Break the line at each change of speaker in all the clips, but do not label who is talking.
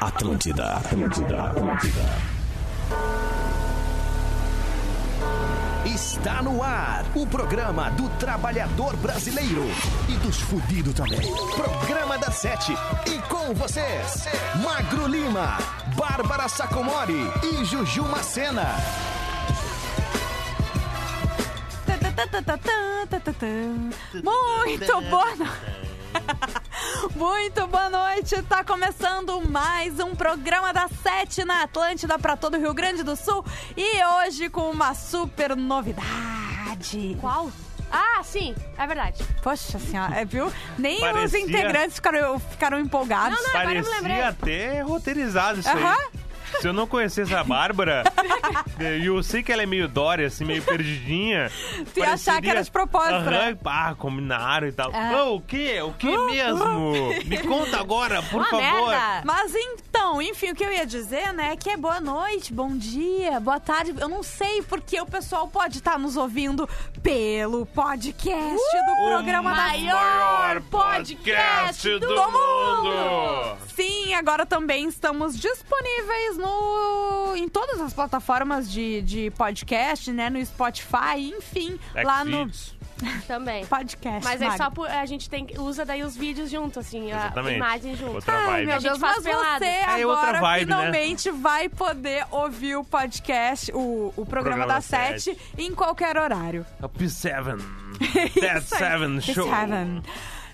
Atlântida, Atlântida, Atlântida.
Está no ar o programa do trabalhador brasileiro e dos fudidos também. Programa da Sete. E com vocês, Magro Lima, Bárbara Sacomori e Juju Macena.
Muito boa no- Muito boa noite, tá começando mais um programa da Sete na Atlântida para todo o Rio Grande do Sul e hoje com uma super novidade.
Qual? Ah, sim, é verdade.
Poxa senhora, é, viu? Nem os
Parecia-
integrantes ficaram, ficaram empolgados.
Não, não, Agora eu me lembrei.
Parecia até roteirizado isso
Aham.
aí. Se eu não conhecesse a Bárbara, e eu sei que ela é meio Dória, assim, meio perdidinha.
Tu ia achar que era de propósito, né?
Aham, pá, combinaram e tal. Não, o quê? O quê
Ah,
mesmo? Me conta agora, por
Uma
favor.
merda.
Mas então, enfim, o que eu ia dizer, né, é que é boa noite, bom dia, boa tarde. Eu não sei porque o pessoal pode estar nos ouvindo pelo podcast do programa da
maior podcast do
mundo!
Sim, agora também estamos disponíveis no em todas as plataformas de, de podcast, né, no Spotify, enfim, lá no
Xvideos.
Também.
podcast.
Mas é
Magda.
só por, a gente tem que- usa daí os vídeos junto, assim, a
Exatamente.
imagem junto.
Outra
Ai,
vibe.
meu
A
gente
Deus,
faz
mas
pelado.
você
É outra
agora
vibe, né?
finalmente vai poder ouvir o podcast, o, o programa,
Programa
da
das sete.
Sete, em qualquer horário.
Up 7.
Isso aí.
That 7
The
É, show.
Seven.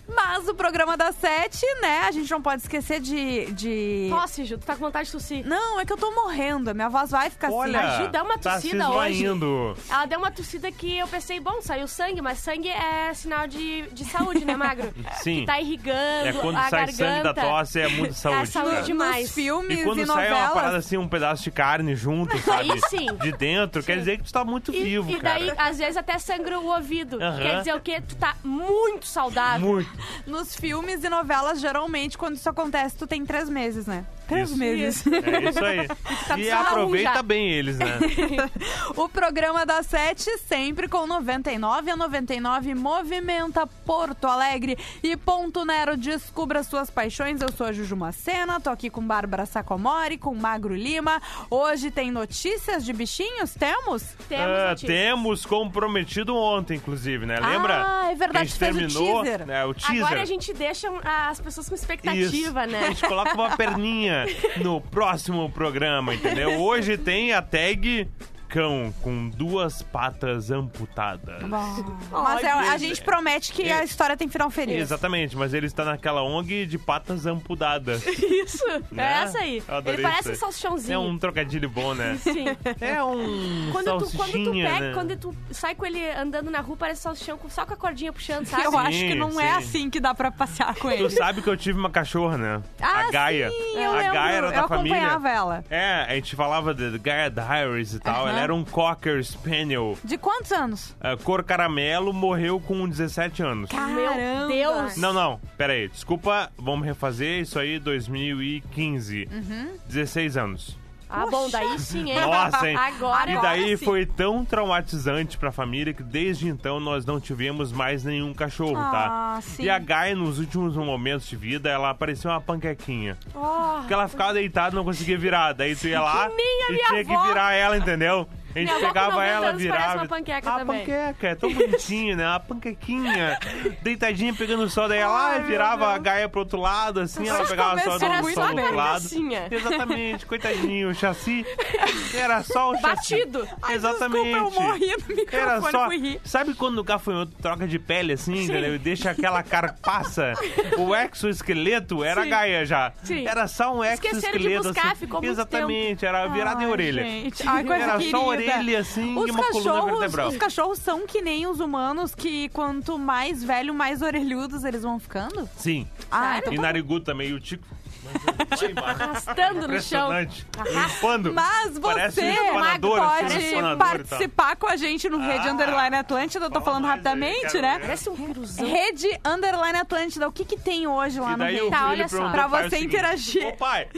Mas o programa da Sete, né, a gente não pode esquecer de... de...
Tosse, Ju, tu tá com vontade de tossir.
Não, é que eu tô morrendo, a minha voz vai ficar assim.
Olha,
Ju, dá uma
tá se
tossida hoje.
esvaindo.
Ela deu uma tossida que eu pensei, bom, saiu sangue, mas sangue é sinal de, de saúde, né, Magro?
Sim.
Tá irrigando
É quando
a
sai
garganta.
sangue da tosse, é muito saúde.
É saúde
cara.
Nos
demais.
filmes
E
e,
quando sai uma parada
novelas.
assim, um pedaço de carne junto, sabe?
sim.
De dentro, quer dizer que tu tá muito
E,
vivo,
e
cara.
daí, às vezes, até sangra o ouvido.
Aham.
Quer dizer o quê? Tu tá muito saudável.
Muito.
Nos filmes e novelas, geralmente, quando isso acontece, tu tem três meses, né? Três
Isso.
meses.
É isso aí.
Tá
e
só
aproveita
arranjar.
bem eles, né?
O programa da Sete sempre com 99 a 99 movimenta Porto Alegre e Ponto Nero descubra suas paixões. Eu sou a Juju Macena, tô aqui com Bárbara Sacomori, com Magro Lima. Hoje tem notícias de bichinhos, temos?
Temos,
Ah,
notícias.
temos comprometido ontem, inclusive, né? Lembra?
Ah, é verdade,
Que a gente
fez o
terminou
teaser.
né, o teaser.
Agora a gente deixa as pessoas com
Isso.
expectativa,
A
né?
gente coloca uma perninha no próximo programa, entendeu? Hoje tem a tag cão com duas patas amputadas.
Mas é, a
Deus.
gente promete
é.
que a história tem final feliz.
Exatamente, mas ele está naquela ONG de patas ampudadas.
Isso.
Né?
É essa aí.
Eu adorei
Ele parece
isso
um
aí.
salchãozinho.
É um trocadilho bom, né?
Sim.
É um
Quando tu, quando tu
salsichinha,
pega,
né?
quando tu sai com ele andando na rua, parece salchão com- só com a cordinha puxando, sabe?
Eu
Sim,
acho que não é
sim.
assim que dá pra passear com
Tu
ele.
sabe que eu tive uma cachorra, né?
Ah,
a Gaia.
sim, eu
a
lembro.
Gaia era da
eu
família.
acompanhava ela.
É, a gente falava de Gaia Diaries e tal.
Aham.
Ela era um Cocker Spaniel.
De quantos anos?
eh, cor caramelo, morreu com 17 anos.
Caramba.
Deus.
Não, não, pera aí. Desculpa, vamos refazer isso aí, 2015.
Uhum.
16 anos.
Ah, bom, daí sim, hein?
Nossa, hein?
Agora,
E daí
agora sim.
foi tão traumatizante pra família que desde então nós não tivemos mais nenhum cachorro,
Ah,
tá?
sim.
E a Gaia, nos últimos momentos de vida, ela parecia uma panquequinha.
Oh,
Porque ela ficava deitada e não conseguia virar. Daí tu ia lá
Que nem a
e
minha
tinha que
avó.
virar ela, entendeu? A gente
Minha avó com
pegava
90
ela,
anos parece
virava.
uma panqueca
ah,
também.
panqueca, é tão bonitinha, né? Uma panquequinha, deitadinha pegando sol, daí ela
Ai, meu
virava a
Deus.
gaia pro outro lado, assim, ela
Vocês
pegava só do
começaram
sol
muito
do
bem.
outro lado.
Carnicinha.
Exatamente, coitadinho, o chassi era só o chassi.
Batido.
Ai,
Exatamente.
Desculpa, eu morri no
Era
microfone,
só.
fui rir.
Sabe quando o gafanhoto troca de pele assim, entendeu? E deixa aquela carpaça? o exoesqueleto era
Sim.
Gaia já.
Sim.
Era só um
Esqueceram de
exoesqueleto.
buscar,
assim.
ficou muito
Exatamente, era virado em
Ai,
orelha.
gente. Ai, coisa
era
querida.
só orelha assim
Os
e uma coluna vertebral.
cachorros, os cachorros são que nem os humanos, que quanto mais velho, mais orelhudos eles vão ficando?
Sim.
Ah,
E
então...
narigudo também, e o tico.
Arrastando no chão.
Impressionante. Limpando.
Mas
Parece
você
um espanador, assim, um
pode
espanador e tal.
participar com a gente no Rede
Ah,
Underline Atlântida. Eu tô
fala
falando
mais aí,
rapidamente,
quero
né?
ver.
Parece um piruzão.
Rede Underline Atlântida, o que que tem hoje lá
E
no
daí
Rede?
o
Tá,
filho
olha só.
perguntou
Pra
pro pai o
você
seguinte,
interagir. Tá.
Ô pai,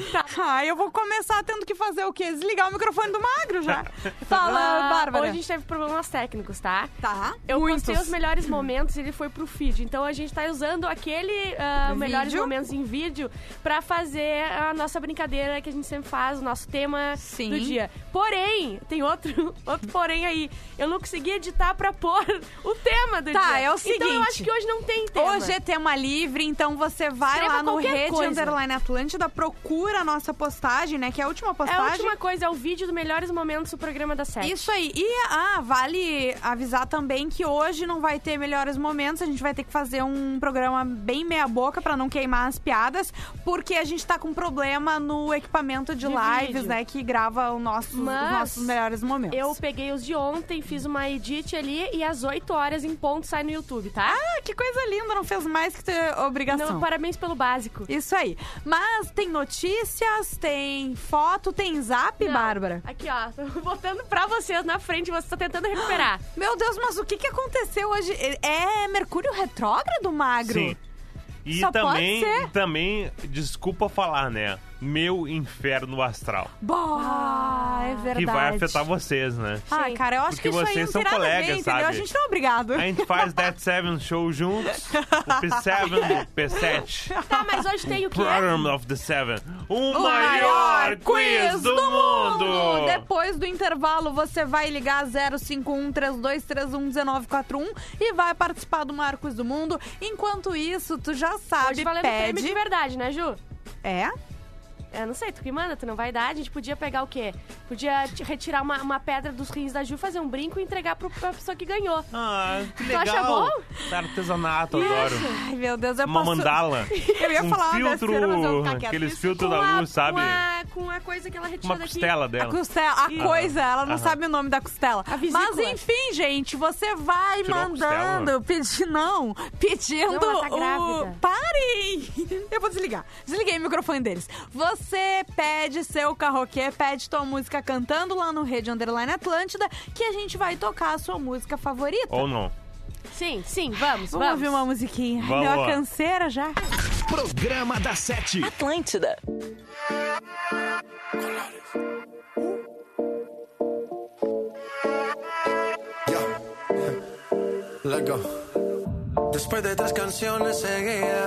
Ai, eu vou começar tendo que fazer o quê? Desligar o microfone do magro já. Fala,
Ah,
Bárbara.
Hoje a gente teve problemas técnicos, tá?
Tá.
Eu
Muitos.
postei os melhores momentos e ele foi pro feed. Então a gente tá usando aquele ah, melhores
Vídeo.
momentos em vídeo pra fa- fazer a nossa brincadeira que a gente sempre faz, o nosso tema
Sim.
do dia. Porém, tem outro, outro porém aí. Eu não consegui editar pra pôr o tema do
Tá,
dia.
é o
Então eu
seguinte.
acho que hoje não tem tema.
Hoje é tema livre, então você vai
Escreva
lá no
qualquer
Rede
coisa.
Underline Atlântida, procura a nossa postagem, né? Que é a última
É
postagem. É.
a última coisa, é o vídeo do Melhores Momentos do programa da série.
Isso aí. E ah, vale avisar também que hoje não vai ter melhores momentos. A gente vai ter que fazer um programa bem meia boca pra não queimar as piadas, porque a gente tá com problema no equipamento de,
De
lives,
vídeo.
né, que grava o nosso- os
Mas
nossos melhores momentos.
Eu peguei os de ontem, fiz uma edit ali e às 8 horas em ponto sai no YouTube, tá?
Ah, que coisa linda, não fez mais que ter obrigação.
Não, parabéns pelo básico.
Isso aí. Mas tem notícias, tem foto, tem zap,
Não.
Bárbara?
Aqui, ó, tô botando pra vocês na frente, vocês estão tentando recuperar.
Meu Deus, mas o que, que aconteceu hoje? É Mercúrio retrógrado, Magro?
Sim. E
Só pode
também,
ser.
e também, desculpa falar, né? Meu inferno astral.
Bah, é verdade.
Que vai afetar vocês, né?
Ah,
Ah, Sim.
cara, eu acho
Porque
que isso aí
vocês
não
são
tem nada a ver,
colegas,
entendeu? A
sabe?
gente não é obrigado.
A gente faz That Seven Show juntos, o P7, o P7.
Tá, mas hoje tem o quê?
Program of the Seven. O, maior quiz do, mundo!
Depois do intervalo, você vai ligar 051-3231-1941 e vai participar do Maior Quiz do Mundo. Enquanto isso, tu já sabe,
Hoje Tá valendo prêmio de
pede...
verdade, né, Ju?
É?
Eu não sei, tu que manda, tu não vai dar. A gente podia pegar o quê? Podia te- retirar uma, uma pedra dos rins da Ju, fazer um brinco e entregar pro, pra pessoa que ganhou.
Ah, que
Tu
legal. Tá,
acha bom?
Artesanato, adoro.
Ai, meu Deus, eu
Uma
posso...
mandala.
Eu ia
um
falar uma
filtro,
besteira, mas eu vou ficar quieta.
aqueles
Isso
filtros
Com
da
a-
luz, sabe?
Com a, com a coisa que ela retirou
Uma
daqui.
costela
A
dela.
costela, a
Ih.
coisa, ela não
Aham.
sabe o nome da costela.
vesícula.
Mas enfim, gente, você vai
Tirou a
mandando, pedindo, não, pedindo
Não, ela tá
o...
grávida.
Parem! Eu vou desligar. Desliguei o microfone deles. Você pede seu carroquê, pede tua música cantando lá no Rede Underline Atlântida, que a gente vai tocar a sua música favorita.
Ou não?
Sim, sim, vamos, vamos.
Vamos ouvir uma musiquinha.
Vamos
Deu a
lá.
canseira já.
Programa da Sete.
Atlântida.
Yeah. Let go. Después de tres canciones seguía,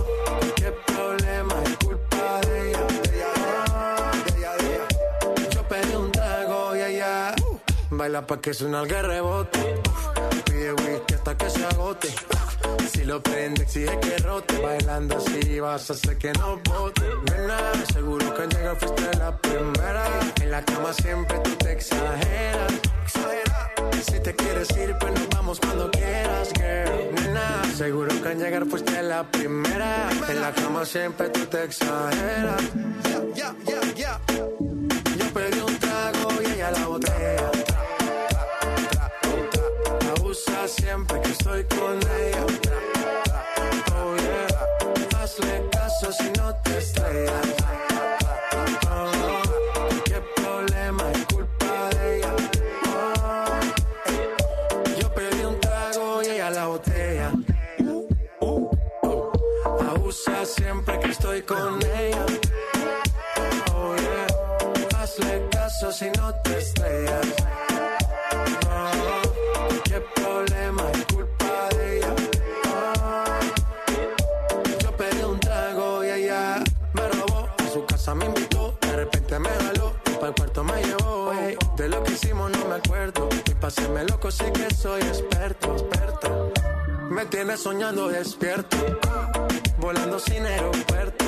qué problema es culpa de ella. de ella, de ella, de ella. Yo pedí un trago y ella uh, baila pa' que su nalga rebote. Pide whisky hasta que se agote. Si lo prende, exige que rote. Bailando así vas a hacer que no bote. Nena, seguro que al llegar fuiste la primera. En la cama siempre tú te exageras. exagera. Si te quieres ir, pues nos vamos cuando quieras, girl. Nena, seguro que al llegar fuiste la primera. En la cama siempre tú te exageras. Ya, ya, ya, ya. Yo pedí un trago y ella la botella. Tra, tra, tra, tra. Abusa siempre que estoy con ella. Tra, tra, oh, yeah. Hazle caso si no te estrellas. Oh, qué problema es culpa de ella. Oh, eh. Yo pedí un trago y ella la botella. Uh, uh, uh. Abusa siempre que estoy con ella. Oh, yeah. Hazle caso si no te estrellas. Oh, qué problema es culpa de ella. Oh, yo pedí un trago y ella me robó. A su casa me invitó, de repente me jaló. Para el cuarto me llevó, ey. De lo que hicimos no me acuerdo. Y pa' hacerme loco sé que soy experto, experto. Me tiene soñando despierto, ah. volando sin aeropuerto.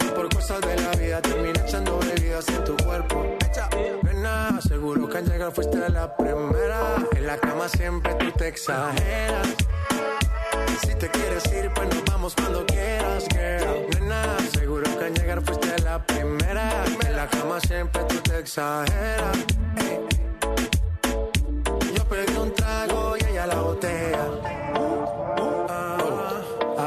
Y por cosas de la vida terminé echando bebidas en tu cuerpo. Nena, seguro que al llegar fuiste la primera. En la cama siempre tú te exageras. Si te quieres ir, pues nos vamos cuando quieras, girl. Nena, seguro que al llegar fuiste la primera. En la cama siempre tú te exageras. Ey. Yo pedí un trago y ella la botella. Ah,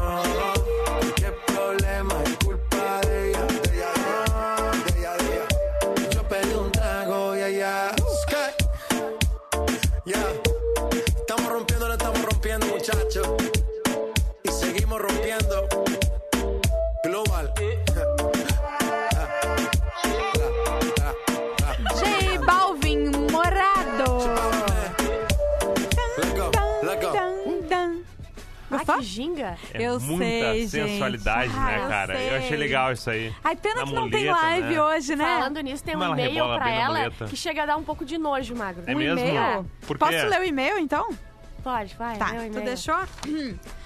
Oh, qué problema es culpa de ella. De ella, de ella, de ella, de ella. Yo pedí un trago y ella. Sky. Ya, estamos rompiendo, la estamos rompiendo, muchachos. Y seguimos rompiendo. Global.
J Balvin Morado.
Let go, let go.
Dan, dan. Gostou?
Ah, que ginga.
É
Eu
muita
sei, gente.
sensualidade,
Ah,
né,
eu
cara? Eu achei
sei. Ah,
legal isso aí.
Ai, pena
Na
que não tem
muleta,
live
né?
hoje, né?
Falando nisso, tem um
Mas ela
e-mail
rebola
pra
bem na
ela
muleta.
que chega a dar um pouco de nojo, Magro.
É
Um
mesmo?
e-mail?
Por quê?
Posso ler o e-mail, então?
Pode, vai.
Tá,
lê o
tu
e-mail.
deixou?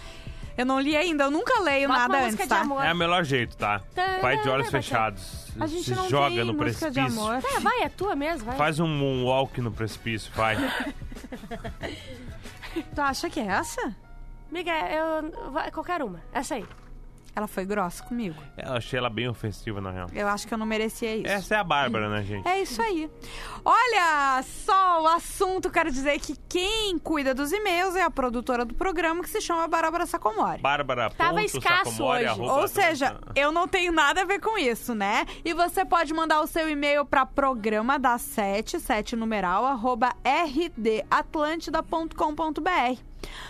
Eu não li ainda, eu nunca leio
Bota
nada
uma
antes,
música
tá?
de amor.
É o melhor jeito, tá?
Tá,
Vai de olhos
vai, vai.
fechados.
né, A gente
se
não
joga
tem
no
música
precipício.
de amor. né?
Tá, vai, é tua mesmo, vai.
Faz um moonwalk no precipício, vai.
Tu acha que é essa?
Miga, eu... vai, qualquer uma. Essa aí.
Ela foi grossa comigo.
Eu achei ela bem ofensiva, na real.
Eu acho que eu não merecia isso.
Essa é a Bárbara, né, gente?
É isso aí. Olha só o assunto, quero dizer que quem cuida dos e-mails é a produtora do programa que se chama Bárbara Sacomori.
Bárbara né?
Tava
ponto
escasso
Sacomori,
hoje.
arroba
Ou seja,
atlanta.
eu não tenho nada a ver com isso, né? E você pode mandar o seu e-mail para programa da 7, 7 numeral, arroba rdatlântida.com.br.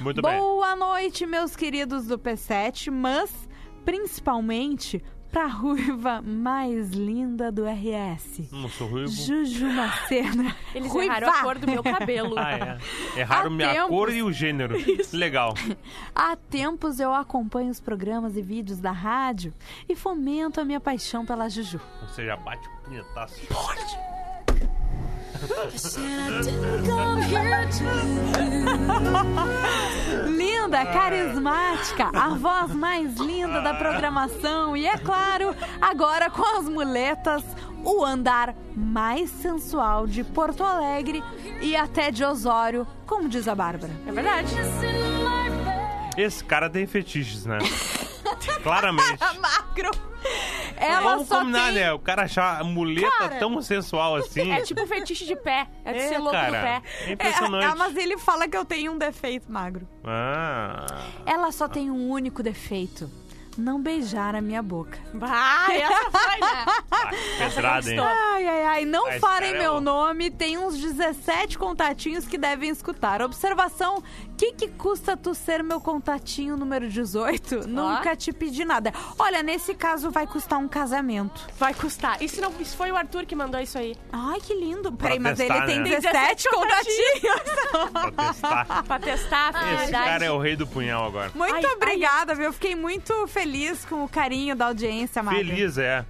Muito bem.
Boa noite, meus queridos do P7, mas principalmente pra ruiva mais linda do RS.
Não sou ruivo.
Juju Macena.
Eles
Ruiva.
erraram a cor do meu cabelo.
Ah, é. Erraram
Há
minha
tempos.
cor e o gênero. Legal.
Há tempos eu acompanho os programas e vídeos da rádio e fomento a minha paixão pela Juju.
Ou seja, bate o punhetaço. Ah.
Linda, carismática, a voz mais linda da programação e, é claro, agora com as muletas, o andar mais sensual de Porto Alegre e até de Osório, como diz a Bárbara.
É verdade.
Esse cara tem fetiches, né? Claramente.
Macro! Ela
Vamos
só
combinar,
tem...
né? O cara achar a muleta
Cara.
tão sensual assim.
É tipo fetiche de pé. É de
É,
ser louco
cara.
no
É
pé.
impressionante.
É, mas ele fala que eu tenho um defeito, Magro.
Ah.
Ela só tem um único defeito. Não beijar a minha boca.
Ah, essa foi, né?
Ah, que pedrada, hein?
Ai, ai, ai, não
Ah, esse
farem
cara é
meu
louco.
nome. Tem uns 17 contatinhos que devem escutar. Observação: que que custa tu ser meu contatinho número 18? Nunca te pedi nada. Olha, nesse caso vai custar um casamento.
Vai custar. Isso, não, isso foi o Arthur que mandou isso aí.
Ai, que lindo. Peraí, mas
testar,
ele tem
né? Tem
17 contatinhos.
Pra testar.
Pra testar a
Esse
fidelidade.
cara é o rei do punhal agora.
muito
Ai, ai.
obrigada, viu? Fiquei muito feliz com o carinho da audiência, Mari.
Feliz é.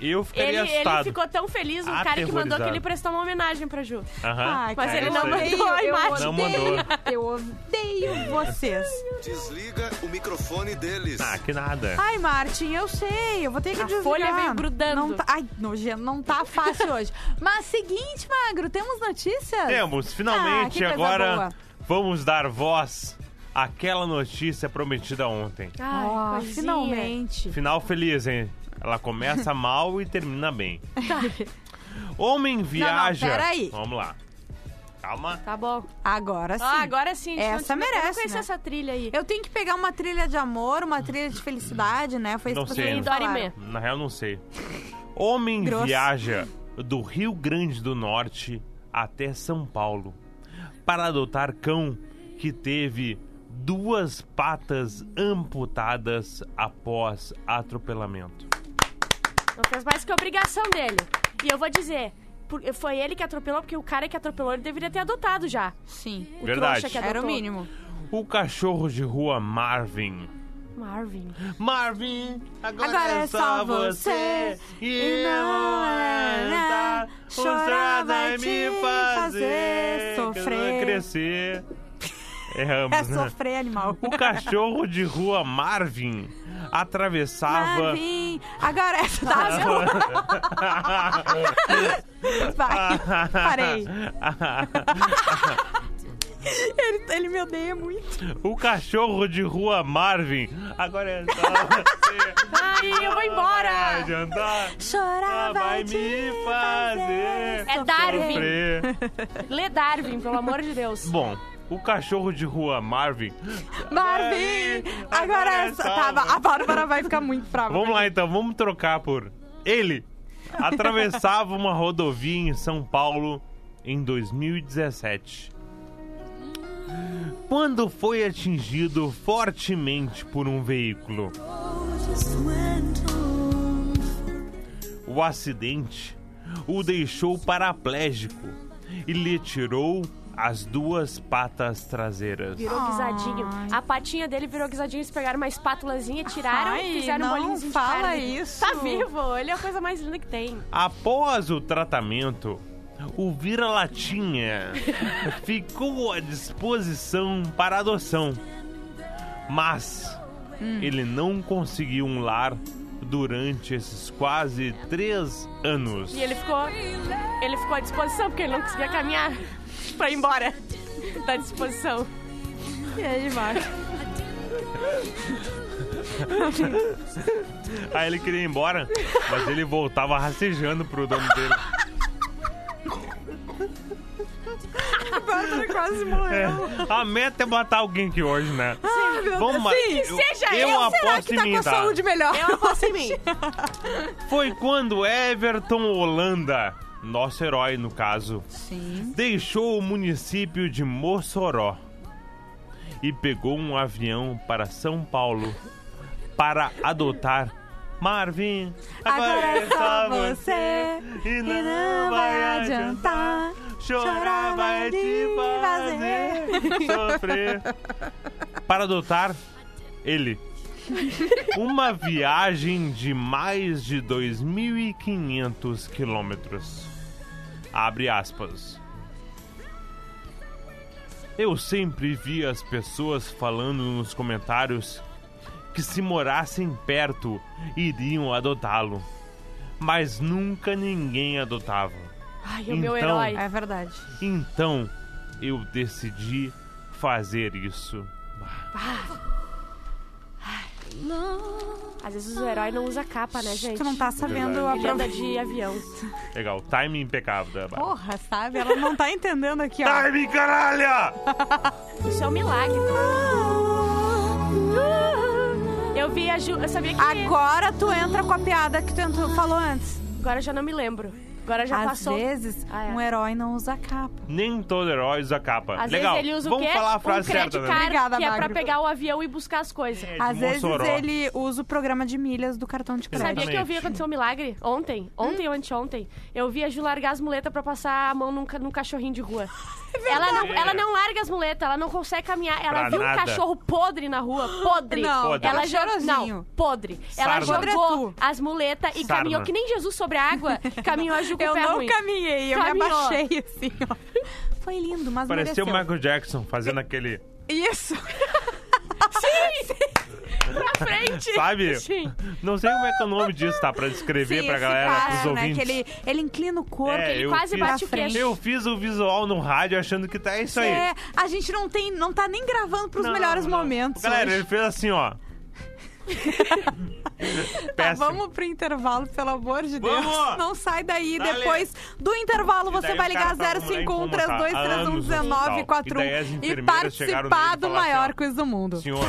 Eu ficaria
Ele, ele
assustado.
ficou tão feliz, o cara que mandou que
Aterrorizado.
ele prestou uma homenagem pra Ju.
Aham.
Ai,
Ah, Mas
É
ele
isso
não
aí.
mandou. a imagem
Não mandou.
Eu odeio vocês.
Desliga o microfone deles.
Ah, que nada.
Ai, Martin, eu sei. Eu vou ter que
A
desligar.
folha veio grudando.
Não tá, ai, nojento, não tá fácil hoje. Mas seguinte, Magro, temos notícias?
Temos,
Ah, que
finalmente,
coisa
agora
boa.
vamos dar voz àquela notícia prometida ontem.
Ai,
Ó,
coisinha.
finalmente.
Final feliz, hein? Ela começa mal e termina bem. Homem viaja.
peraí.
Vamos lá. Calma.
Tá bom.
Agora sim.
Ah, agora sim. a gente
Essa
não- Eu não
merece,
conheci
né?
essa trilha aí.
Eu tenho que pegar uma trilha de amor, uma trilha de felicidade, né? Foi isso
Não
que
sei,
vocês me
né?
falaram.
Dorimê.
Na real, não sei. Homem
Grosso.
viaja do Rio Grande do Norte até São Paulo para adotar cão que teve duas patas amputadas após atropelamento.
Não fez mais que obrigação dele. E eu vou dizer, por- foi ele que atropelou, porque o cara que atropelou ele deveria ter adotado já.
Sim.
O
Verdade.
trouxa que adotou.
Era o mínimo.
O cachorro de rua Marvin.
Marvin.
Marvin, agora,
Agora
é só você e não é nada.
Chorar
Chorar
vai
vai
te
me
fazer
fazer
sofrer.
crescer. Erramos,
É
né?
sofrer, animal.
O cachorro de rua Marvin atravessava.
Marvin, Ah, agora essa tá Vai, parei. Ele, ele me odeia muito.
o cachorro de rua Marvin. Agora é só você.
Ai, eu vou
Vai
embora!
adiantar.
Chorar
Ah, Vai me fazer.
É Darwin.
sofrer.
Lê Darwin, pelo amor de Deus.
Bom, O cachorro de rua, Marvin. É.
Marvin! Agora essa. Tá, a Bárbara vai ficar muito brava.
Vamos lá então, vamos trocar por ele. Atravessava uma rodovia em São Paulo em 2017. Quando foi atingido fortemente por um veículo. O acidente o deixou paraplégico e lhe tirou as duas patas traseiras.
Virou guisadinho. A patinha dele virou guisadinho. Eles pegaram uma espátulazinha, tiraram
Ai,
e fizeram um
não
bolinhozinho de
fala
carne.
isso.
Tá vivo. Ele é a coisa mais linda que tem.
Após o tratamento, o vira-latinha ficou à disposição para adoção, mas
Hum.
ele não conseguiu um lar durante esses quase três anos.
E ele ficou... Ele ficou à disposição, porque ele não conseguia caminhar pra ir embora. Tá à disposição.
E aí, Marcos?
Aí Ah, ele queria ir embora, mas ele voltava racejando pro dono dele.
A Bárbara quase morreu.
A meta é matar alguém aqui hoje, né?
Ah, meu
Vamos
Deus.
ma-
Sim,
eu-
seja
eu
eu, será
aposto
que
em
tá
mim,
com a
tá?
saúde melhor?
Eu aposto em mim.
Foi quando Everton Holanda, nosso herói no caso,
Sim.
deixou o município de Mossoró e pegou um avião para São Paulo para adotar Marvin.
Agora é só você e não vai adiantar.
Chorar vai te fazer sofrer. Para adotar ele. Uma viagem de mais de 2.500 quilômetros. Abre aspas. Eu sempre vi as pessoas falando nos comentários que se morassem perto iriam adotá-lo. Mas nunca ninguém adotava.
Ai, o meu
Então-
herói.
É verdade.
Então eu decidi fazer isso.
Às vezes o herói não usa capa, né, gente?
Tu não tá
É
sabendo
Ele anda
aproveitar.
de avião.
Legal, time impecável da Bárbara.
Porra, sabe? Ela não tá entendendo aqui, ó.
Time, caralho!
Isso é um milagre. Eu vi a Ju... Eu sabia que...
Agora tu entra com a piada que tu entrou- falou antes.
Agora eu já não me lembro. Agora já
Às
passou.
vezes,
Ah, é.
um herói não usa capa.
Nem todo herói usa capa.
Às
Legal,
vezes ele usa
vamos
o quê?
falar a frase
um credit
certa, né?
card,
Obrigada,
que é pra
Magro.
pegar o avião e buscar as coisas.
É, de
Às vezes
Mossoró.
ele usa o programa de milhas do cartão de crédito.
Sabia que eu vi
Exatamente.
acontecer um milagre ontem? Ontem ou anteontem? Eu vi a Ju largar as muletas pra passar a mão num, ca- num cachorrinho de rua. ela, não,
É.
ela não larga as muletas, ela não consegue caminhar. Ela
Pra
viu
nada.
um cachorro podre na rua. Podre.
Não, é um
Podre.
ela já,
cheirosinho.
Não, podre.
Sarna.
Ela
Podre
é
jogou
tu.
as muletas e
Sarna.
caminhou que nem Jesus sobre a água. Caminhou a Ju com o
Eu
pé
não
ruim.
caminhei, eu
Caminhou.
me abaixei assim, ó. Foi lindo, mas
Parecia
mereceu.
o Michael Jackson fazendo aquele.
Isso!
pra frente.
Sabe?
Sim.
Não sei como é que é o nome disso, tá? Pra descrever
Sim,
pra
esse
galera,
cara,
pros
né,
ouvintes.
que ele, ele inclina o corpo,
É,
ele
eu
quase
fiz-
bate o
Pra
queixo.
frente.
Eu fiz o visual no rádio achando que tá isso aí.
É, a gente não tem, não tá nem gravando pros
Não,
melhores
não.
momentos.
Galera,
hoje.
ele fez assim, ó.
Tá,
Péssimo.
vamos pro intervalo, pelo amor de Deus.
Vamos!
Não sai daí.
Dale.
Depois do intervalo,
daí
você
o
vai ligar
cara tá com lá em coma, tá? Há anos no
05132311941
hospital. E daí as
e
enfermeiras chegaram nele e
participar do
falaram assim,
maior
ó,
quiz do mundo.
Senhor,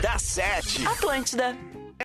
Da 7.
Atlântida.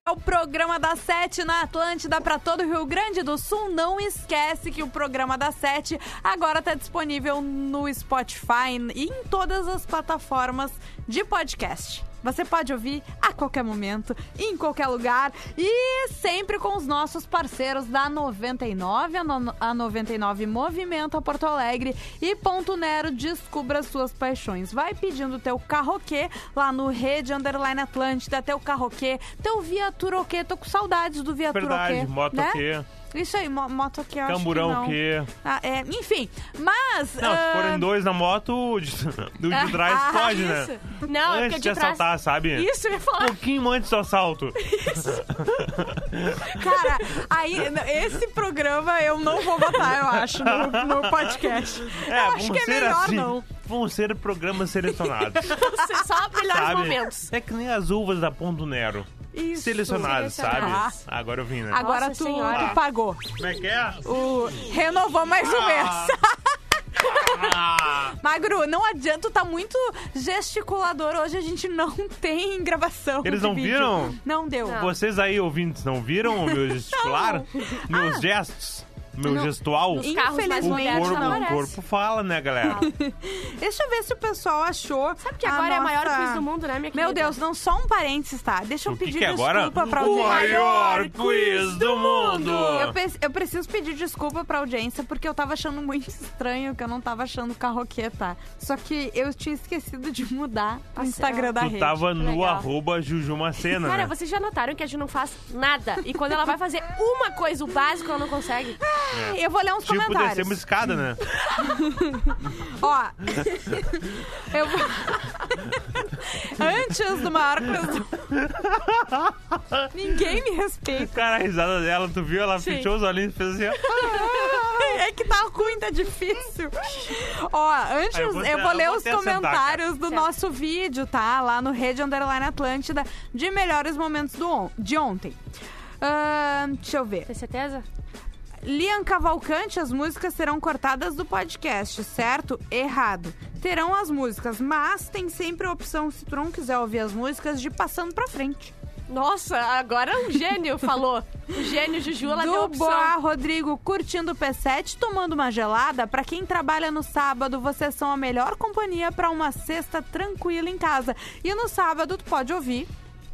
É o programa da Sete na Atlântida para todo o Rio Grande do Sul. Não esquece que o programa da Sete agora está disponível no Spotify e em todas as plataformas de podcast. Você pode ouvir a qualquer momento, em qualquer lugar e sempre com os nossos parceiros da 99, a no- a 99 Movimenta Porto Alegre e Ponto Nero Descubra Suas Paixões. Vai pedindo teu carroquê lá no Rede Underline Atlântida, teu carroquê, teu viaturoquê. Tô com saudades do viaturoquê.
verdade, moto
né?
aqui,
Isso aí, mo moto que eu acho
camburão
que não.
que.
Ah, é, enfim, mas...
Não, se
ah,
forem dois na moto, o de, do de trás
ah,
pode, né?
Isso. Não, é porque
antes de
de trás...
assaltar, sabe?
Isso, eu ia
Um
falar.
pouquinho antes do assalto.
Cara, aí, n- esse programa eu não vou botar, eu acho, no, no podcast. eu acho
vão
que é
ser
melhor
assim,
não.
Vão ser programas selecionados,
Só melhores
sabe?
momentos.
É que nem as uvas da Ponto Nero.
Isso.
Selecionados, sabe?
Selecionados.
Agora eu vim, né?
Agora tu,
Nossa Senhora.
tu pagou.
Como é que é?
O, renovou mais um mês.
Ah!
Magro, não adianta, tá muito gesticulador. Hoje a gente não tem gravação.
Eles
de
não
vídeo.
viram?
Não deu.
Não.
Vocês aí, ouvintes, não viram o meu gesticular? Meus gestos? Meu
Ah! Não.
gestual?
Os
O
carros mais
Infelizmente,
modernos
corpo,
não
o
aparecem.
corpo fala, né, galera?
Deixa eu ver se o pessoal achou.
Sabe que agora é a maior
nossa-
quiz do mundo, né, minha querida?
Meu Deus, não só um parênteses, tá? Deixa eu
O que
pedir
que é agora?
desculpa pra
O
audiência.
maior quiz do mundo!
Eu, pe- eu preciso pedir desculpa pra audiência porque eu tava achando muito estranho que eu não tava achando carroqueta. Só que eu tinha esquecido de mudar o
Ah,
Instagram
será?
da
Tu
rede.
tava no
Legal.
arroba Jujumacena,
Cara,
né?
vocês já notaram que a Ju não faz nada. E quando ela vai fazer uma coisa, o básico, ela não consegue.
Eu vou ler uns
Tipo,
comentários.
descemos escada, né?
Ó. eu vou... Antes do Marcos. Ninguém me respeita.
Cara, a risada dela, tu viu? Ela fechou os olhinhos e fez assim, ó.
É que tá ruim, tá difícil. Ó, antes
Ah, eu
eu
vou
vou,
te- eu
ler
vou
os
te assentar,
comentários do
Certo.
nosso vídeo, tá? Lá no Rede Underline Atlântida de melhores momentos do on- de ontem. Ahn, deixa eu ver.
Tem certeza?
Lian Cavalcante, as músicas serão cortadas do podcast, certo? Errado. Terão as músicas, mas tem sempre a opção, se tu não quiser ouvir as músicas, de passando pra frente.
Nossa, agora um gênio falou. O gênio Juju, ela deu
do
opção.
Boa Rodrigo curtindo o P7, tomando uma gelada. Pra quem trabalha no sábado, vocês são a melhor companhia pra uma sexta tranquila em casa. E no sábado tu pode ouvir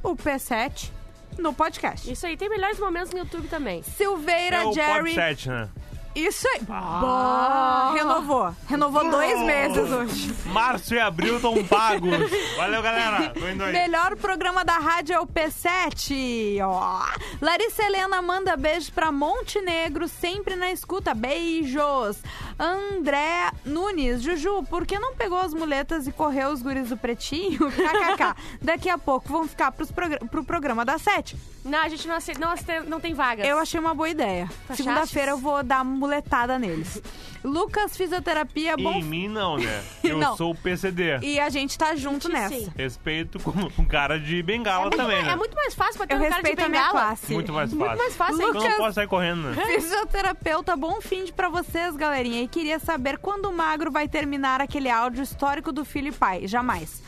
o P7 no podcast.
Isso aí, tem melhores momentos no YouTube também.
Silveira
É o
Jerry.
Podset, né?
Isso aí. Bah, Renovou. Renovou dois meses hoje.
Março e abril estão pagos. Valeu, galera. Tô indo aí.
Melhor programa da rádio é o P7. Ó. Larissa Helena manda beijo pra Montenegro, sempre na escuta. Beijos. André Nunes, Juju, por que não pegou as muletas e correu os guris do pretinho? KKK. Daqui a pouco vão ficar pros progra- pro programa das sete.
Não, a gente não aceita. Não, aceita- não tem vagas.
Eu achei uma boa ideia.
Tu achaste?
Segunda-feira eu vou dar muletada neles. Lucas Fisioterapia,
E
bom.
Em mim, não, né? Eu
Não.
sou o PCD.
E a gente tá junto
Sim.
nessa.
Respeito com um cara de bengala
muito,
também,
mais-
né?
é muito mais fácil bater
Eu
um cara de
respeito a
bengala.
minha classe.
Muito mais fácil.
Muito mais fácil.
Então eu
Lucas-
não posso sair correndo, né?
Fisioterapeuta, bom fim de pra vocês, galerinha. E queria saber quando o Magro vai terminar aquele áudio histórico do filho e pai. Jamais.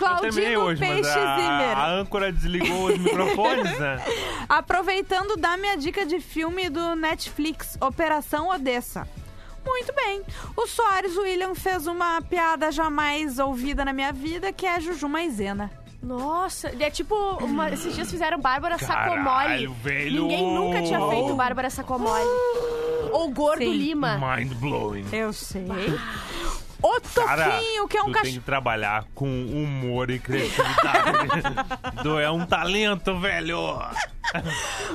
Eu terminei
Claudino
hoje,
Peixe
mas a, a
Zimmer.
âncora desligou os microfones, né?
Aproveitando, dá minha dica de filme do Netflix, Operação Odessa. Muito bem. O Soares William fez uma piada jamais ouvida na minha vida, que é Juju Maisena.
Nossa, é tipo, uma- esses dias fizeram Bárbara
Caralho,
Sacomori.
velho.
Ninguém nunca tinha feito Bárbara Sacomori. Ou Gordo
Sim.
Lima.
Mind blowing.
Eu sei. O
Cara,
Toquinho, que é um
tu tem
cachorro.
que trabalhar com humor e criatividade. tu é um talento, velho.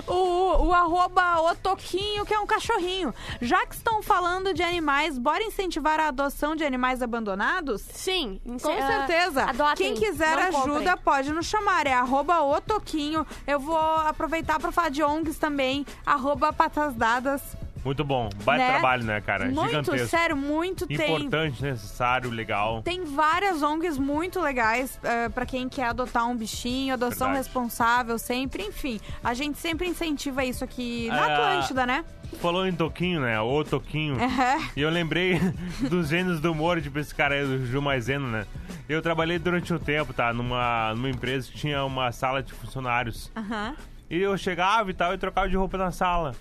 O, o arroba o Toquinho, que é um cachorrinho. Já que estão falando de animais, bora incentivar a adoção de animais abandonados?
Sim,
Com
eh,
certeza.
adotem,
Quem quiser
não comprem.
ajuda, pode nos chamar. É arroba o Toquinho. Eu vou aproveitar para falar de ONGs também. Arroba Patas Dadas.
Muito bom. Baita
Né?
trabalho, né, cara?
muito,
Gigantesco.
sério, muito tem.
Importante, necessário, legal.
Tem várias ONGs muito legais eh, pra quem quer adotar um bichinho, adoção
Verdade.
responsável sempre, enfim. A gente sempre incentiva isso aqui na
É.
Atlântida, né?
Tu Falou em Toquinho, né? O Toquinho.
É.
E eu lembrei dos gênios do humor, tipo esse cara aí do Ju Maiseno, né? Eu trabalhei durante um tempo, tá? Numa, numa empresa que tinha uma sala de funcionários.
Aham.
E eu chegava e tal, e trocava de roupa na sala.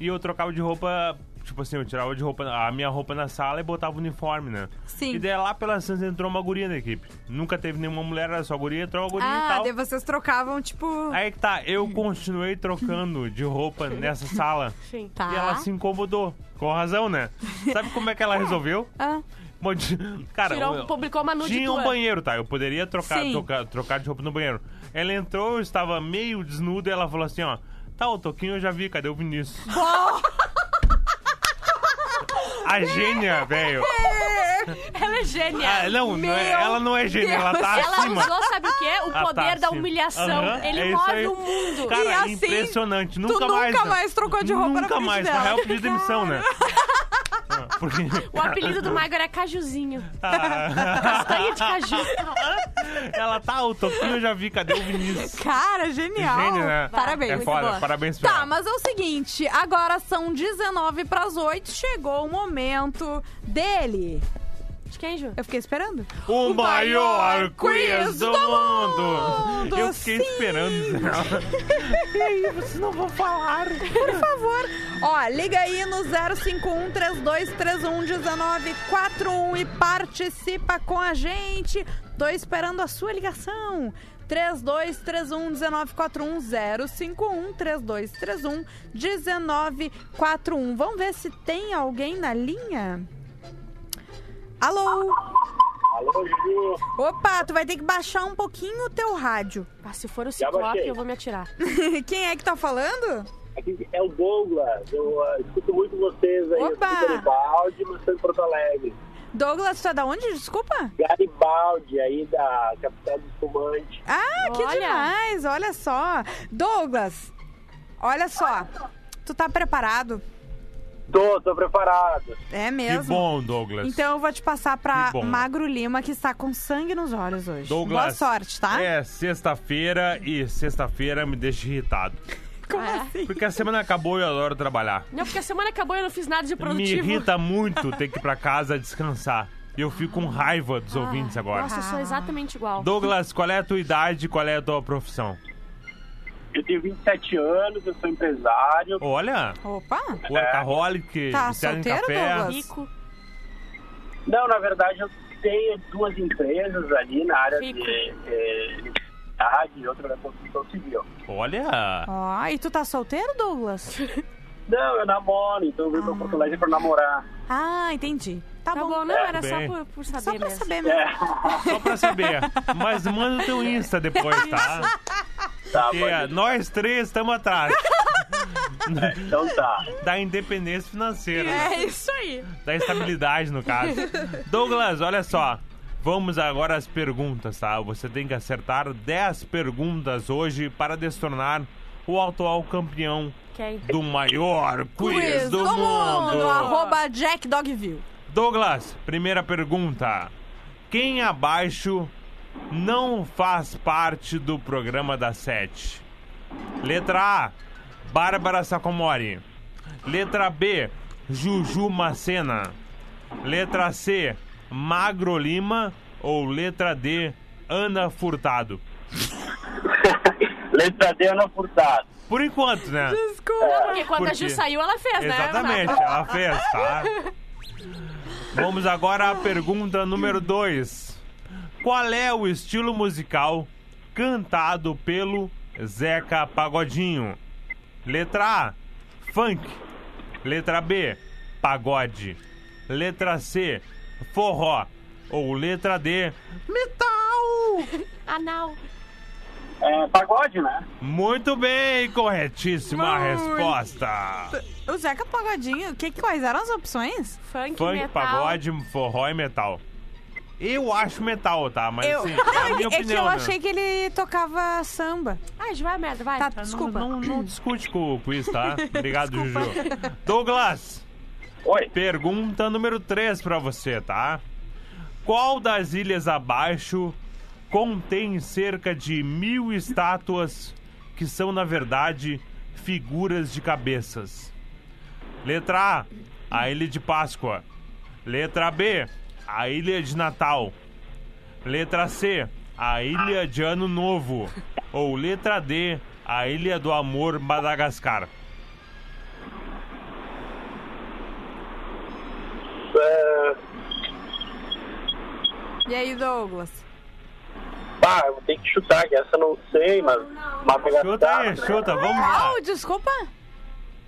E eu trocava de roupa, tipo assim, eu tirava de roupa a minha roupa na sala e botava o uniforme, né?
Sim.
E daí lá pela Santos entrou uma guria na equipe. Nunca teve nenhuma mulher, era só guria, entrou uma guria e
Ah,
tal.
daí vocês trocavam, tipo.
Aí que tá, eu continuei trocando de roupa nessa sala.
Sim.
Tá.
E ela se incomodou. Com razão, né? Sabe como é que ela resolveu?
Ah, um
Modi- Cara,
Tirou-
o-
publicou uma nude
tinha
tua.
um banheiro, tá? Eu poderia trocar,
Sim.
trocar, trocar de roupa no banheiro. Ela entrou, eu estava meio desnudo e ela falou assim, ó... Tá, o Toquinho eu já vi, cadê o Vinícius? A gênia, velho.
Ela é gênia.
Ah, não, não é- ela não é gênia, ela tá
Ela
acima.
usou, sabe o quê? O
Ah, tá,
poder da
sim.
humilhação.
Aham,
Ele
é isso aí.
move o mundo.
Cara, é
E assim,
impressionante.
tu
Nunca mais.
nunca
né?
mais trocou de roupa na
Nunca
frente
mais.
dela.
Na real, eu pedi demissão, né? Ah, Porque...
O apelido do Mago era Cajuzinho.
Ah,
Castanha de caju.
Ela tá, o Toquinho eu já vi, cadê o Vinícius?
Cara, genial.
Gênio, né?
Parabéns.
É
muito
foda,
boa.
parabéns né? pra
Tá,
ela.
mas é o seguinte, agora são 19 pras 8, chegou o momento dele.
De queijo.
Eu fiquei esperando.
O maior quiz
quiz
do
do
mundo!
mundo,
Eu fiquei
sim.
esperando. E aí, vocês não vão falar.
Por favor. Ó, liga aí no 051 3231 1941 e participa com a gente. Tô esperando a sua ligação. 3231 1941 051 3231 1941. Vamos ver se tem alguém na linha? Alô?
Alô, Ju.
Opa, tu vai ter que baixar um pouquinho o teu rádio.
Ah, se for o
baixei.
Ciclope, eu vou me atirar.
Quem é que tá falando?
Aqui é o Douglas. Eu ah, escuto muito vocês aí. Eu
Opa!
sou Garibaldi, mas sou em Porto Alegre.
Douglas, tu é da onde? Desculpa.
Garibaldi, aí da capital do espumante.
Ah, que
Olha.
demais! Olha só. Douglas, olha só. Tu tá preparado?
Tô, tô preparado.
É
Que
mesmo?
bom, Douglas.
Então eu vou te passar pra
Que bom.
Magro Lima, que está com sangue nos olhos hoje.
Douglas,
Boa sorte, tá?
É sexta-feira e sexta-feira me deixa irritado.
Como
É.
assim?
Porque a semana acabou e eu adoro trabalhar.
Não, porque a semana acabou e eu não fiz nada de
Me
produtivo.
irrita muito ter que ir pra casa descansar. E eu fico com raiva dos ouvintes agora.
Nossa, eu sou exatamente igual.
Douglas, qual é a tua idade e qual é a tua profissão?
Eu tenho 27 anos, eu sou empresário.
Olha,
Opa!
workaholic,
Tá
viciado em
solteiro,
café.
Douglas?
Rico.
Não, na verdade, eu tenho duas empresas ali na área de,
Fico.
de eletricidade e outra na construção civil.
Olha,
Ó, e tu tá solteiro, Douglas?
Não, eu namoro, então eu vim pra Porto Alegre pra namorar.
Ah, entendi. Tá,
Tá
bom.
bom, não, era
Tudo
só
bem.
por, por saber
Só pra
mesmo.
saber mesmo.
É,
só pra saber. Mas manda o teu Insta depois, tá?
tá,
Porque
pode-
nós três estamos atrás
então tá.
da independência financeira.
É isso aí.
Da estabilidade, no caso. Douglas, olha só. Vamos agora às perguntas, tá? Você tem que acertar 10 perguntas hoje para destornar o atual campeão
Quem?
do maior quiz, do, mundo.
Arroba Jack Dogville.
Douglas, primeira pergunta. Quem abaixo não faz parte do programa da Sete? Letra A, Bárbara Sacomori. Letra B, Juju Macena. Letra C, Magro Lima. Ou letra D, Ana Furtado.
Letra D, Ana Furtado.
Por enquanto, né?
Não, porque quando
Por
a Ju
quê?
saiu, ela fez, né?
Exatamente, ela fez, tá? Vamos agora à pergunta número 2. Qual é o estilo musical cantado pelo Zeca Pagodinho? Letra A, funk. Letra B, pagode. Letra C, forró. Ou letra D, metal.
Anal.
É pagode, né?
Muito bem, corretíssima
Muito.
resposta.
O Zeca Pagodinho, que, quais eram as opções?
Funk,
Funk,
metal.
pagode, forró e metal. Eu acho metal, tá? Mas
Eu,
assim, é a minha
é que
opinião,
eu
né?
achei que ele tocava samba.
Ah, Ju, vai, merda, vai.
Tá,
Tá, não-
desculpa.
Não, não, discute com o quiz, tá? Obrigado, Juju. Douglas,
Oi.
pergunta número 3 pra você, tá? Qual das ilhas abaixo contém cerca de mil estátuas que são, na verdade, figuras de cabeças? Letra A, a Ilha de Páscoa. Letra B, a Ilha de Natal. Letra C, a Ilha de Ano Novo. Ou letra D, a Ilha do Amor Madagascar.
É,
E aí, Douglas?
pá, eu vou ter que chutar, que essa eu não sei, mas. Madagascar. né?
Chuta aí, chuta, vamos lá.
Oh, desculpa.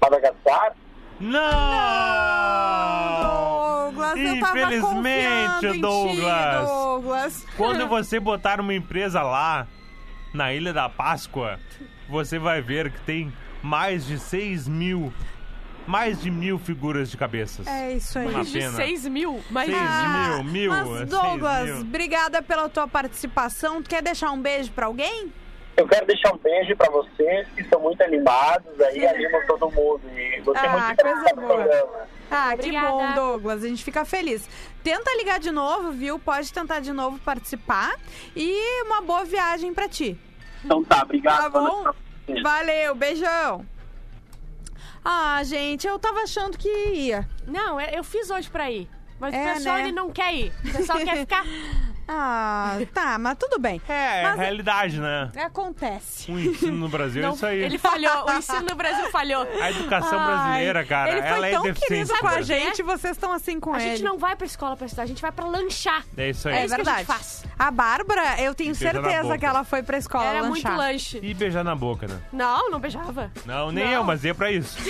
Madagascar?
Não!
Douglas, eu tava
Infelizmente,
confiando em ti,
Douglas.
Douglas.
Quando você botar uma empresa lá, na Ilha da Páscoa, você vai ver que tem mais de 6 mil, mais de mil figuras de cabeças.
É isso aí.
Uma
De
pena.
6 mil. Mas...
Seis
Ah,
mil, mil, é
Mas,
seis
Douglas,
mil.
obrigada pela tua participação. Tu quer deixar um beijo pra alguém?
Eu quero deixar um beijo pra vocês que são muito animados aí, animam todo mundo. E você
Ah,
é muito interessante
coisa
no
boa.
programa.
Ah,
Obrigada.
que bom, Douglas. A gente fica feliz. Tenta ligar de novo, viu? Pode tentar de novo participar. E uma boa viagem pra ti.
Então tá, obrigado.
Tá bom? Valeu, beijão. Ah, gente, eu tava achando que ia.
Não, é, eu eu fiz hoje pra ir. Mas
É,
o pessoal
né?
ele não quer ir. O pessoal quer ficar.
Ah, tá, mas tudo bem.
É,
Mas-
realidade, né?
Acontece.
O ensino no Brasil é
Não-
isso aí.
Ele falhou. O ensino do Brasil falhou.
A educação
Ai,
brasileira, cara,
Ele foi
ela é
tão
deficiente.
querido com a
cara.
gente, vocês estão assim com
É? A
ele.
gente não vai pra escola pra estudar, a gente vai pra lanchar.
É isso
É
aí.
isso que a gente
verdade.
faz.
A Bárbara, eu tenho
Beijo na
certeza
boca.
que ela foi pra escola
Era muito
lanchar.
lanche.
E beijar na boca, né?
Não, não beijava.
Não, nem
Não.
eu, mas é pra isso.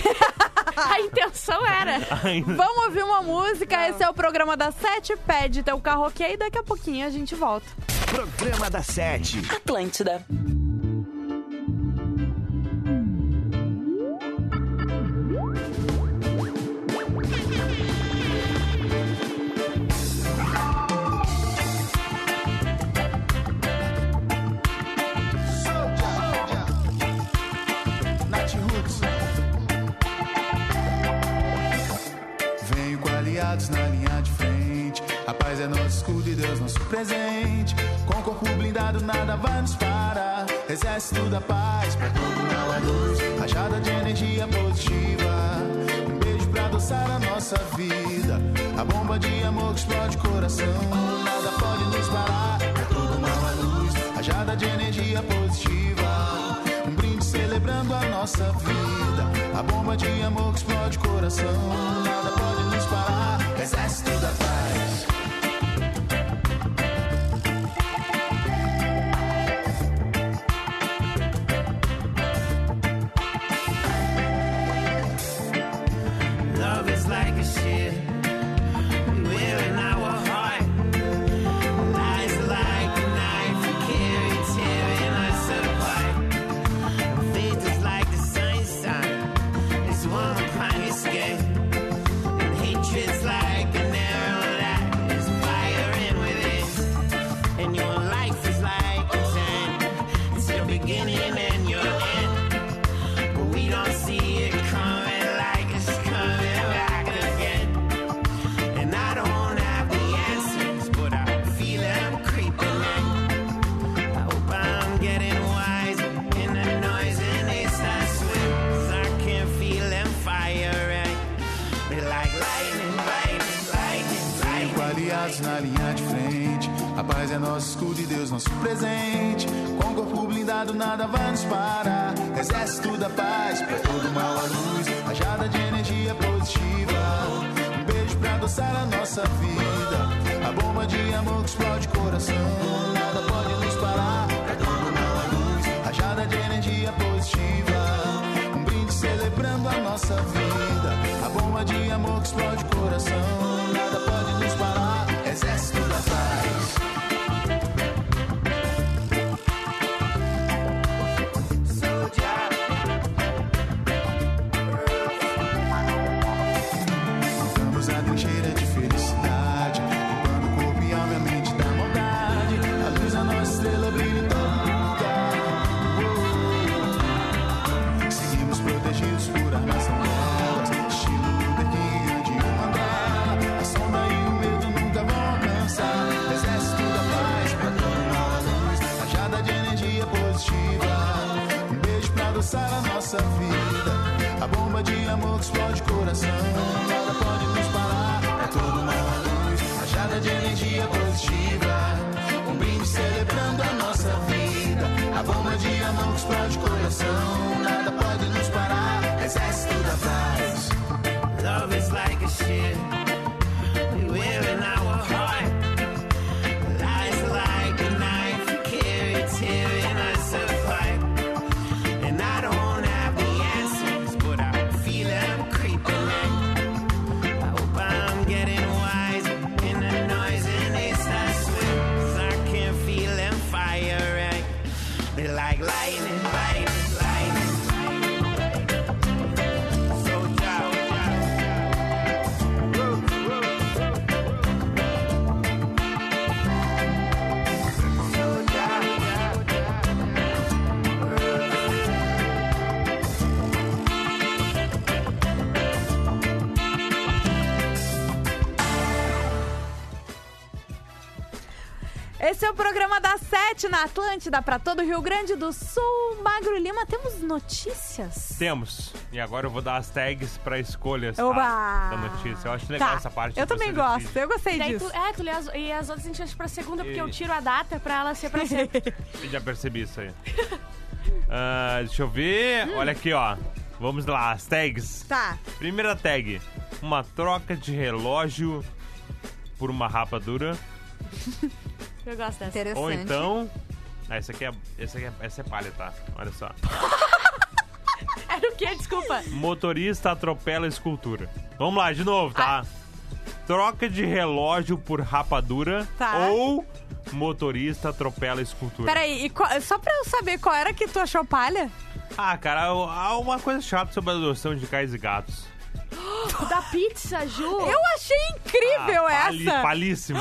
A intenção era.
Ainda-
Vamos ouvir uma música, esse é o programa da Sete, pede teu karaokê e daqui a pouquinho a gente volta.
Programa da Sete.
Atlântida.
Venho com aliados na linha de frente. A paz é nosso escudo e Deus nosso presente. Com o corpo blindado, nada vai nos parar. Exército da paz, pra todo a luz. Rajada de energia positiva. Um beijo pra adoçar a nossa vida. A bomba de amor que explode o coração. Nada pode nos parar. Pra todo mal a luz. Rajada de energia positiva. Um brinde celebrando a nossa vida. A bomba de amor que explode o coração. Nada pode nos parar. Exército da paz.
Love is like a ship. We're in our heart. Lies like a knife. We carry tearing us apart. Faith is like the sun sign. It's one upon his skin. And hatred's like an arrow that is firing within. And your life is like a sand. It's your beginning and your end. But we don't see it coming like it's coming back again. And I don't have the answers, but I feel them creeping in. I hope I'm getting wise in the noise and it's not swim. 'Cause I can feel them firing. They're like lightning, lightning, lightning,
Venho com
lightning.
aliados na linha de frente. A paz é nosso escudo e Deus nosso presente. Com o corpo blindado, nada vai nos parar. Exército da paz, pra todo mal a luz. Rajada de energia positiva. Um beijo pra adoçar a nossa vida. A bomba de amor que explode o coração. Nada pode nos parar. Pra todo mal a luz. Rajada de energia positiva. Um brinde celebrando a nossa vida. A bomba de amor que explode o coração. Nada pode nos parar. Exército da paz. Vamos à trincheira de felicidade. Limpando o corpo e alma e a mente da maldade. A luz da nossa estrela brilha em todo lugar. Seguimos protegidos por armas tão belas. Estilo Luther King de uma dela. A sombra e o medo nunca vão alcançar. Exército da paz pra tomar a luz. Rajada de energia positiva. Um beijo pra adoçar a nossa vida. A bomba de amor que explode o coração nada pode nos parar. É todo mal à luz, rajada de energia positiva. Um brinde celebrando a nossa vida. A bomba de amor que explode o coração. Nada pode nos parar. Exército da paz.
Love is like a ship. We wear in our heart. Lies like a knife. We carry tearing us apart. And I don't have the answers, but I feel them creeping in. I hope I'm getting wise in the noise and it's not sweet. 'Cause I can feel them firing. They're like lightning, lightning, lightning. lightning.
Esse é o programa da Sete na Atlântida para todo o Rio Grande do Sul. Magro Lima, temos notícias?
Temos. E agora eu vou dar as tags pra escolhas tá?
Oba! Tá.
da notícia. Eu acho legal essa parte.
Eu
de
também
você
gosto,
decidir.
eu gostei
Daí
disso.
tu- é, tu lê as, e as outras a gente deixa pra segunda, porque
E-
eu tiro a data pra ela ser pra sempre.
Eu já percebi isso aí. Ah, deixa eu ver. Olha aqui, ó. Vamos lá, as tags.
Tá.
Primeira tag: uma troca de relógio por uma rapadura.
Eu gosto dessa.
Interessante.
Ou então. Ah, essa aqui é, essa aqui é, essa é palha, tá? Olha só.
Era o quê? Desculpa.
Motorista atropela escultura. Vamos lá, de novo, tá? Troca de relógio por rapadura.
Tá.
Ou motorista atropela escultura.
Peraí, e qual- só pra eu saber qual era que tu achou palha?
Ah, cara, há uma coisa chata sobre a adoção de cães e gatos.
Da pizza, Ju.
Eu achei incrível
Ah, pali-
essa!
Palíssimo.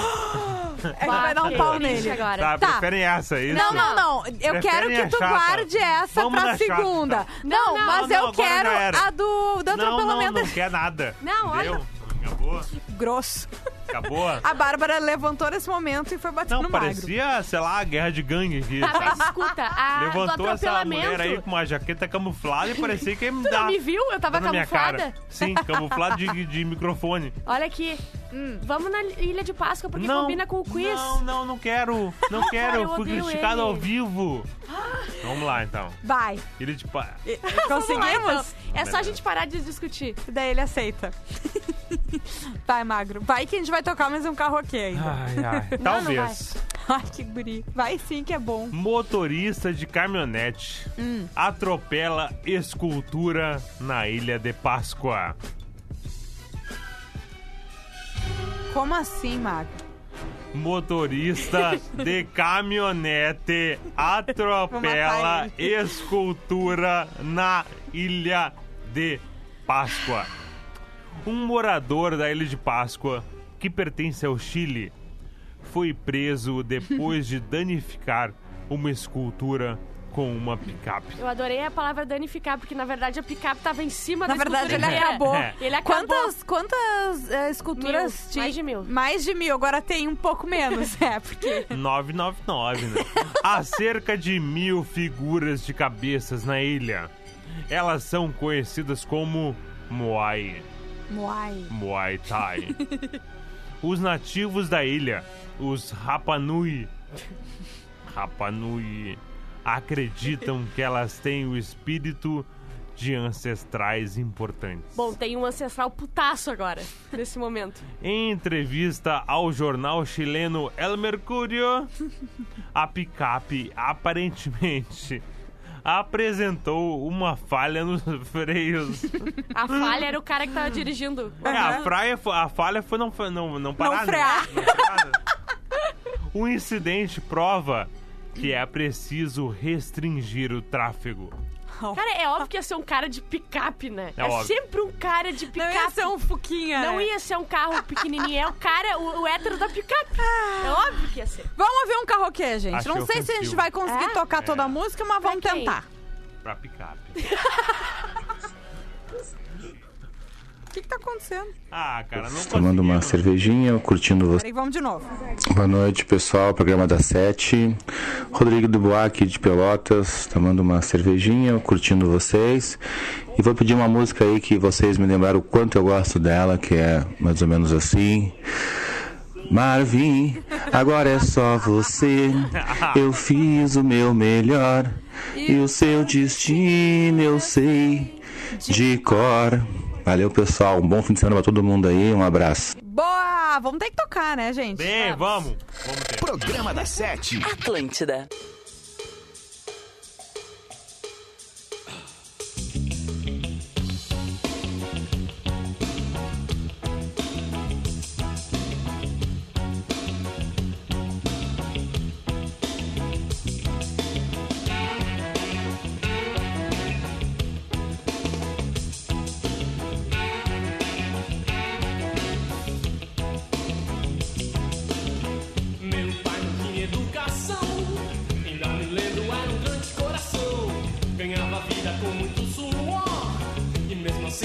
É que vai dar um
que
pau
triste
nele.
agora.
Tá,
Tá.
preferem essa, é isso?
Não, não, não. Eu
Prefere
quero
a
que tu
chata.
guarde essa
Vamos
pra
na chata,
segunda.
tá.
Não,
Não,
mas
não,
eu
agora já
quero
era.
a do, do
Não, não,
atropelamento
não quer nada.
Não, olha- Ah,
Entendeu? Acabou?
grosso.
Acabou?
A Bárbara levantou nesse momento e foi bater
Não,
no magro.
parecia, sei lá, a guerra de gangue aqui.
Tá,
sabe?
mas escuta, a
Levantou
do
essa
atropelamento.
mulher aí com uma jaqueta camuflada e parecia que ia me
Tu não
dar
me viu? Eu tava
na minha
camuflada.
cara. Sim, camuflado de, de microfone.
Olha aqui. Hum, Vamos na Ilha de Páscoa, porque
não,
combina com o quiz.
Não, não, não quero. Não quero,
Cara,
eu
eu
fui
odeio
criticado
ele.
ao vivo. Vamos lá, então.
Vai.
Ele, tipo, ah,
Conseguimos?
É só a gente parar de discutir.
Daí ele aceita. Vai, magro. Vai que a gente vai tocar mais um carro aqui ainda.
ai, ai. Talvez.
Ai, que guri. Vai sim que é bom.
Motorista de caminhonete atropela escultura na Ilha de Páscoa.
Como assim, magro?
Motorista de caminhonete atropela escultura na Ilha de Páscoa. Um morador da Ilha de Páscoa, que pertence ao Chile, foi preso depois de danificar uma escultura com uma picape.
Eu adorei a palavra danificar, porque na verdade a picape tava em cima
Na
da
verdade, ele
escultura inteira.
acabou.
É.
Ele acabou.
Quantas, quantas eh, esculturas
Mil.
tinha?
Mais de mil.
Mais de mil. Agora tem um pouco menos, é, porque...
999, né? Há cerca de mil figuras de cabeças na ilha. Elas são conhecidas como Moai,
Uai.
Muay Thai. Os nativos da ilha, os Rapanui, Rapanui, acreditam que elas têm o espírito de ancestrais importantes.
Bom, tem um ancestral putaço agora, nesse momento.
Em entrevista ao jornal chileno El Mercurio, a picape aparentemente apresentou uma falha nos freios.
A falha era o cara que tava dirigindo.
É, a, praia fo- a falha foi não, fa- não, não parar. né?
frear.
Não parar, né? O incidente prova que é preciso restringir o tráfego.
Cara, é óbvio que ia ser um cara de picape, né?
É
É,
óbvio.
sempre um cara de
Não
picape.
ia ser um fuquinha,
Não
né?
ia ser um carro pequenininho, é o cara, o, o hétero da picape.
Ah.
É óbvio que ia ser.
Vamos ouvir um carroquê, gente.
Achei
Não sei se a gente
ofensivo.
vai conseguir
É?
tocar toda a
É.
música, mas
Pra
vamos
quem?
tentar.
Pra picape.
O que, que tá acontecendo?
Ah, cara, não
Tomando uma
conseguimos.
cervejinha, curtindo você.
Peraí, vamos de novo.
Boa noite, pessoal. Programa da Sete. Rodrigo Dubois aqui de Pelotas, tomando uma cervejinha, curtindo vocês. E vou pedir uma música aí que vocês me lembraram o quanto eu gosto dela, que é mais ou menos assim. Marvin, agora é só você. Eu fiz o meu melhor. E o seu destino eu sei de cor. Valeu, pessoal. Um bom fim de semana pra todo mundo aí. Um abraço.
Boa! Vamos ter que tocar, né, gente?
Bem, vamos. Vamos ter.
Programa da Sete.
Atlântida.
Meu pai não tinha educação.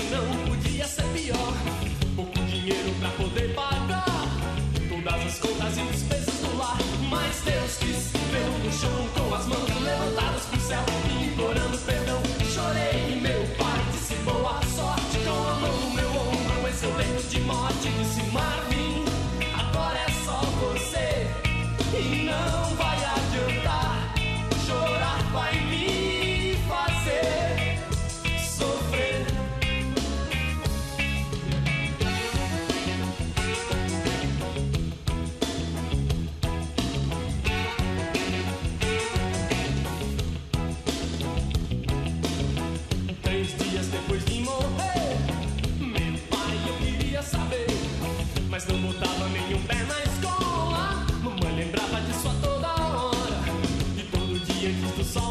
E
é assim, um é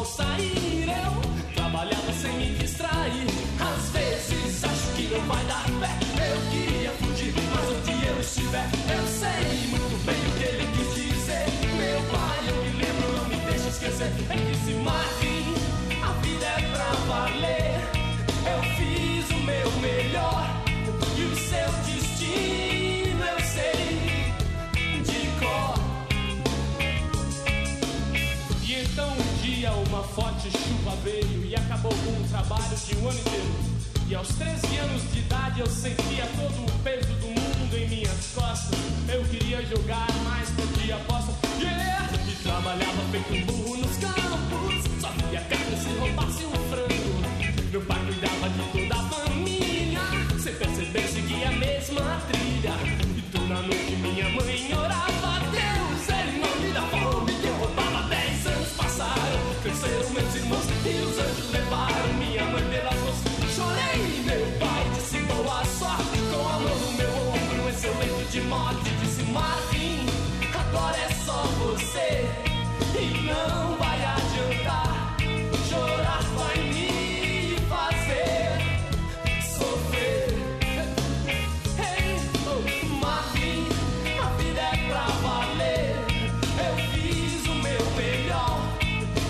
sair, eu trabalhava sem me distrair. Às vezes acho que não vai dar pé. Eu queria fugir, mas onde eu estiver, eu sei muito bem o que ele quis dizer. Meu pai, eu me lembro, não me deixa esquecer. É Ele disse, Marvin, a vida é pra valer. Eu fiz o meu melhor e o seu destino eu sei de cor. E então um dia uma forte chuva veio e acabou com um trabalho de um ano inteiro. E aos 13 anos de idade eu sentia todo o peso do mundo em minhas costas. Eu queria jogar mais podia aposta. Yeah! E trabalhava feito um burro nos campos. Só via carne se roubasse um frango. Meu pai cuidava de toda a família. Sem perceber, seguia a mesma trilha. E toda noite minha mãe orava. Deus, ele não me dá fome que eu roubava dez anos passaram, cresceram meus irmãos e os anjos levaram minha mãe pelas mãos. Chorei, meu pai disse boa sorte com a mão no meu ombro, em seu leito de morte. Disse Marvin, agora é só você e não vai adiantar. Chorar vai me fazer sofrer. Ei, oh, Marvin, a vida é pra valer. Eu fiz o meu melhor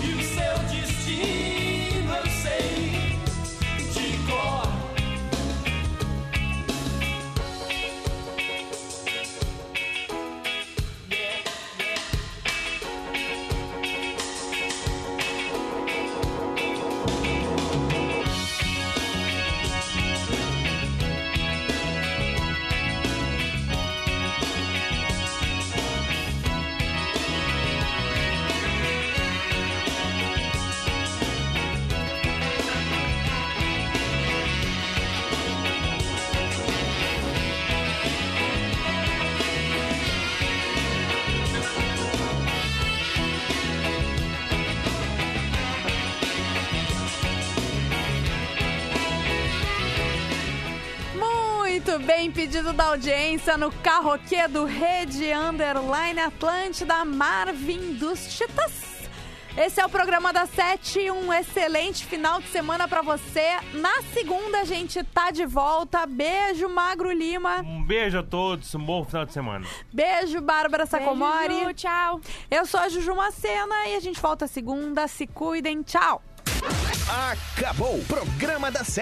e o seu destino eu sei de cor.
Muito bem, pedido da audiência no Carroquê do Rede Underline Atlântida, Marvin dos Titas. Esse é o programa da Sete, um excelente final de semana pra você. Na segunda a gente tá de volta. Beijo, Magro Lima.
Um beijo a todos, um bom final de semana.
Beijo, Bárbara Sacomori.
Ju,
tchau. Eu sou a Juju Macena e a gente volta segunda. Se cuidem, tchau.
Acabou. Programa da Sete.